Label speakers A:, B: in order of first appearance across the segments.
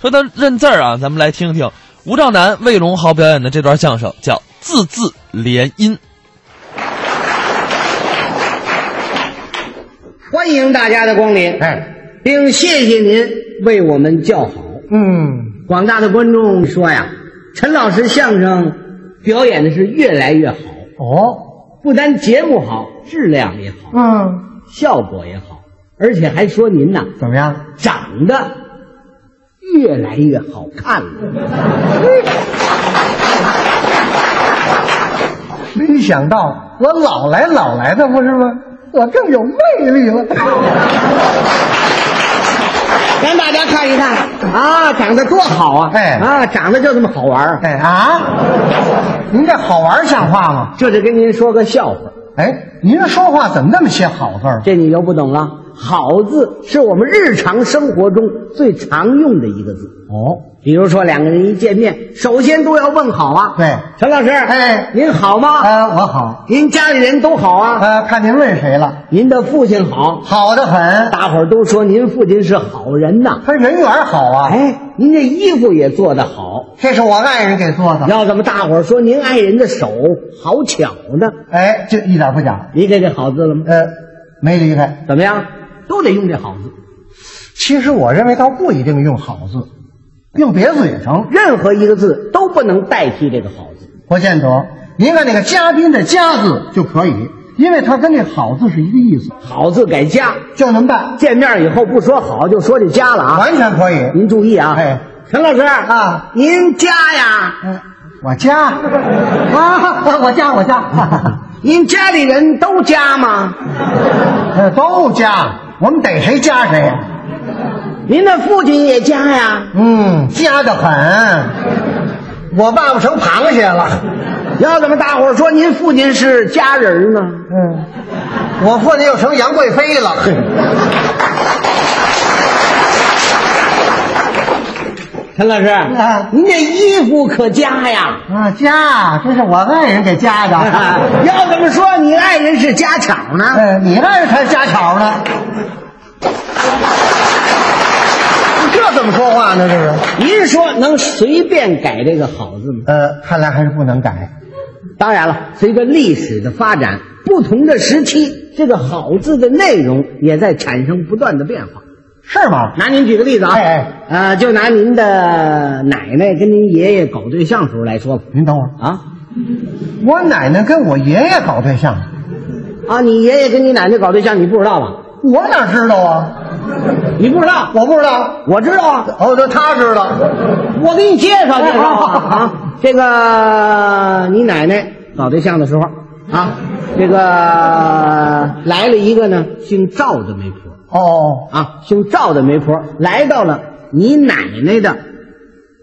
A: 说到认字儿啊，咱们来听听吴兆南、魏龙豪表演的这段相声，叫《字字联姻》。
B: 欢迎大家的光临，
C: 哎，
B: 并谢谢您为我们叫好。
C: 嗯，
B: 广大的观众说呀，陈老师相声表演的是越来越好，
C: 哦，
B: 不单节目好，质量也好，
C: 嗯，
B: 效果也好，而且还说您呐
C: 怎么样？
B: 长得越来越好看了。
C: 没想到我老来老来的不是吗？我更有魅力了。
B: 让大家看一看啊，长得多好啊！
C: 哎
B: 啊，长得就这么好玩儿。
C: 哎啊，您这好玩像话吗？
B: 这是跟您说个笑话，
C: 哎，您说话怎么那么些好字儿？
B: 这你就不懂了。好字是我们日常生活中最常用的一个字。
C: 哦，
B: 比如说两个人一见面，首先都要问好啊。
C: 对
B: 陈老师，
C: 哎
B: 您好吗？
C: 啊，我好，
B: 您家里人都好啊？
C: 啊，看您问谁了，
B: 您的父亲好，
C: 好的很，
B: 大伙儿都说您父亲是好人呐。
C: 他人缘好啊。
B: 哎，您这衣服也做得好。
C: 这是我爱人给做的，
B: 要怎么大伙儿说您爱人的手好巧呢？
C: 哎，这一点不假。
B: 你给这好字了吗？
C: 呃，没离开。
B: 怎么样？都得用这好字，
C: 其实我认为倒不一定用好字，用别字也成。
B: 任何一个字都不能代替这个好字。
C: 不见得。您看那个嘉宾的“嘉”字就可以，因为它跟这“好”字是一个意思，
B: 好字改家，
C: 就能办，
B: 见面以后不说好就说这家了啊。
C: 完全可以。
B: 您注意啊，
C: 哎，
B: 陈老师
C: 啊，
B: 您家呀，
C: 嗯，我家 啊，我家我家，哈哈
B: 您家里人都家吗？
C: 呃都家，我们逮谁家谁。
B: 您的父亲也家呀？
C: 嗯，家的很。我爸爸成螃蟹了。
B: 要怎么大伙儿说您父亲是家人呢？
C: 嗯，我父亲又成杨贵妃了。
B: 陈老师，
C: 啊
B: 您这衣服可家呀？
C: 啊，家，这是我爱人给加的。
B: 要怎么说你爱人是家巧呢？
C: 哎，你那是才家巧呢，这怎么说话呢？这是？
B: 您说能随便改这个好字吗？
C: 呃，看来还是不能改。
B: 当然了，随着历史的发展，不同的时期，这个好字的内容也在产生不断的变化。
C: 是吗？
B: 拿您举个例子啊，
C: 哎哎
B: 呃，就拿您的奶奶跟您爷爷搞对象时候来说吧，
C: 您等会儿，
B: 啊
C: 我奶奶跟我爷爷搞对象，
B: 啊，你爷爷跟你奶奶搞对象，你不知道吧？
C: 我哪知道啊？
B: 你不知道，
C: 我不知道。
B: 我知道啊，
C: 哦，这他知道。
B: 我给你介绍介绍啊，
C: 哎
B: 啊这个你奶奶搞对象的时候啊，这个来了一个呢姓赵的媒婆
C: 哦，
B: 啊，姓赵的媒婆来到了你奶奶的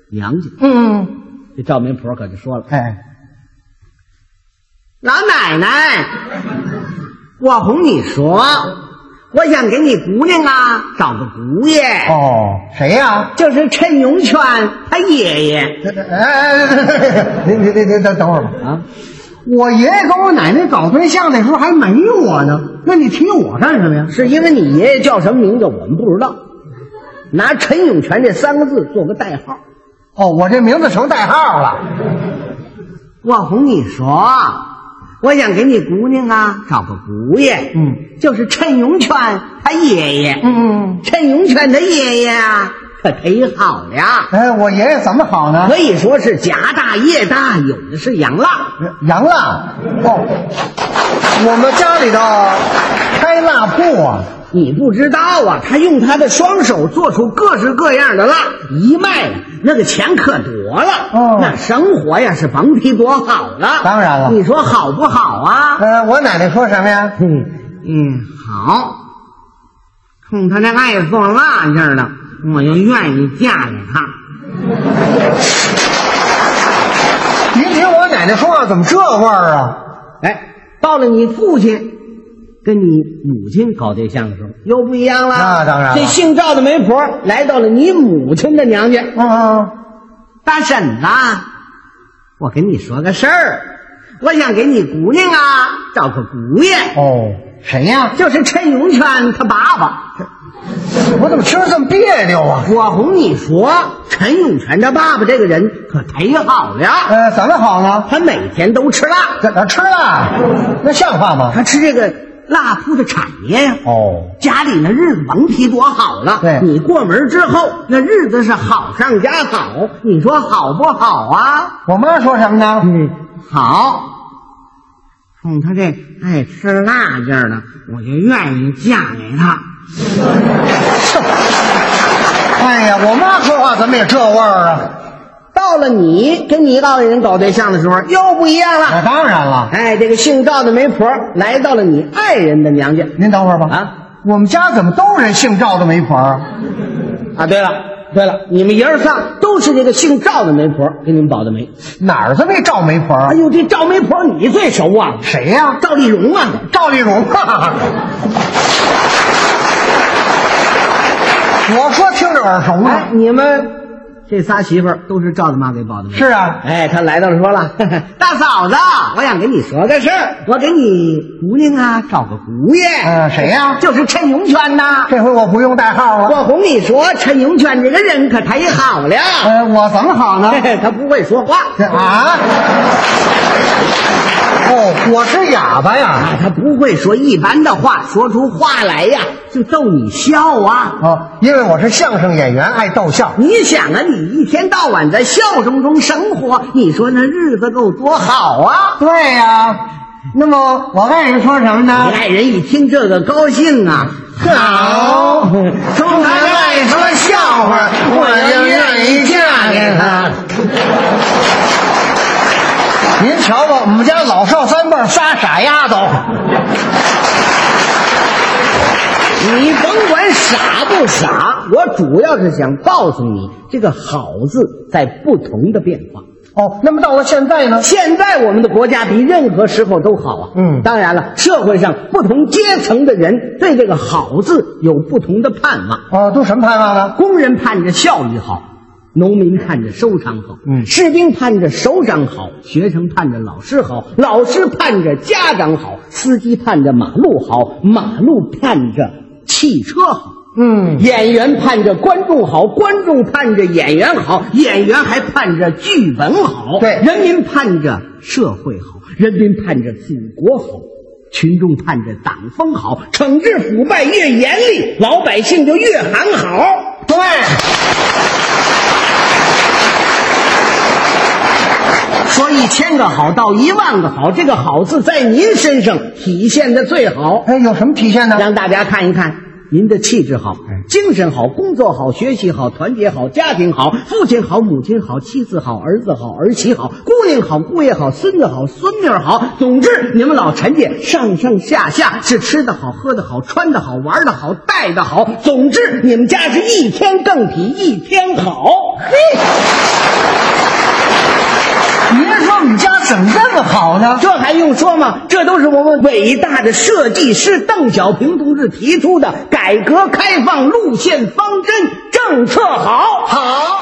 B: 娘家，
C: 嗯，
B: 这赵媒婆可就说了。
C: 哎，
B: 老奶奶，我哄你说，我想给你姑娘啊找个姑爷，
C: 哦，谁呀、
B: 就是陈永泉他爷爷
C: 这这哎哎，哎 您您您您等等会儿吧。
B: 啊。
C: 我爷爷跟我奶奶搞对象那时候还没我呢，那你提我干什么呀？
B: 是因为你爷爷叫什么名字我们不知道，拿陈永泉这三个字做个代号。
C: 哦，我这名字成代号了。
B: 我哄你说，我想给你姑娘啊找个姑爷，
C: 嗯，
B: 就是陈永泉他爷爷。
C: 嗯。
B: 陈永泉他爷爷啊，可忒好了。
C: 哎，我爷爷怎么好呢
B: 可？以说是家大业大，有的是养辣。
C: 洋蜡哦，我们家里头开蜡铺啊。
B: 你不知道啊，他用他的双手做出各式各样的蜡，一卖呀，那个钱可多了。
C: 哦
B: 那生活呀是甭提多好了。
C: 当然了
B: 你说好不好啊？
C: 呃，我奶奶说什么呀？
B: 嗯，好。冲他那爱做蜡劲儿的，我就愿意嫁给他。
C: 您听我奶奶说话怎么这味儿啊？
B: 哎，到了你父亲跟你母亲搞对象的时候，又不一样了。
C: 那当然了
B: 这姓赵的媒婆来到了你母亲的娘家，
C: 嗯，
B: 大婶子，我跟你说个事儿，我想给你姑娘啊找个姑爷，
C: 哦，谁呀？
B: 就是陈永泉他爸爸。
C: 我怎么听着这么别扭啊？
B: 我哄你说，陈陈永泉他爸爸这个人可忒好了，
C: 呃，怎么好呢？
B: 他每天都吃辣，
C: 怎么吃辣？那像话吗？
B: 他吃这个辣铺的产业呀。
C: 哦，
B: 家里那日子甭提多好了，
C: 对
B: 你过门之后，那日子是好上加好，你说好不好啊？
C: 我妈说什么呢？嗯，
B: 好，冲他这爱吃辣劲儿的，我就愿意嫁给他。
C: 哎呀，我妈说话怎么也这味儿啊？
B: 到了你跟你老人搞对象的时候，又不一样
C: 那、
B: 了。
C: 当然了。
B: 哎，这个姓赵的媒婆来到了你爱人的娘家
C: 您等会儿吧。
B: 啊，
C: 我们家怎么都是人姓赵的媒婆啊？
B: 啊！对了，对了，你们爷儿仨都是这个姓赵的媒婆给你们保的媒。
C: 哪儿这么一赵媒婆啊
B: 哎？呦，这赵媒婆你最熟啊，
C: 谁呀、
B: 赵丽蓉啊。
C: 赵丽蓉啊！我说听着耳熟啊
B: 哎，
C: 呢。
B: 你们这仨媳妇儿都是赵大妈给保的媒。
C: 是啊，
B: 哎，他来到了，说了：“ 大嫂子，我想跟你说个事儿，我给你姑娘啊找个姑爷，
C: 呃，谁呀、
B: 就是陈永泉呐。
C: 这回我不用代号了。
B: 我哄你说，陈永泉这个人可忒好了，
C: 呃，我怎么好呢？
B: 他不会说话
C: 这啊？哦，我是哑巴呀。
B: 啊，他不会说一般的话，说出话来呀就逗你笑啊。
C: 哦，因为我是相声演员，爱逗笑。
B: 你想啊，你一天到晚在笑声中生活，你说那日子够多好啊！
C: 对呀、那么我爱人说什么呢
B: 你爱人一听这个高兴啊，
C: 好
B: 从
C: 他爱说笑话我就愿意嫁给他。您瞧吧，我们家老少三辈儿仨傻丫头。
B: 你甭管傻不傻，我主要是想告诉你，这个“好”字在不同的变化。
C: 哦，那么到了现在呢？
B: 现在我们的国家比任何时候都好啊。
C: 嗯
B: 当然了，社会上不同阶层的人对这个“好”字有不同的盼望。
C: 哦，都什么盼望呢？
B: 工人盼着效率好，农民盼着收成好，
C: 嗯
B: 士兵盼着首长好，学生盼着老师好，老师盼着家长好，司机盼着马路好，马路盼着汽车好。
C: 嗯，
B: 演员盼着观众好，观众盼着演员好，演员还盼着剧本好，
C: 对
B: 人民盼着社会好，人民盼着祖国好，群众盼着党风好，惩治腐败越严厉，老百姓就越喊好。
C: 对。
B: 说一千个好到一万个好，这个“好”字在您身上体现的最好，
C: 哎，有什么体现呢？
B: 让大家看一看。您的气质好，精神好，工作好，学习好，团结好，家庭好，父亲好，母亲好，妻子好，儿子好，儿媳好，姑娘好，姑爷好，孙子好，孙女儿好。总之，你们老陈家上上下下是吃的好，喝的好，穿的好，玩的好，带的好。总之，你们家是一天更比一天好。嘿。
C: 您说我们家怎么这么好呢？
B: 这还用说吗？这都是我们伟大的设计师邓小平同志提出的改革开放路线方针政策好。
C: 好。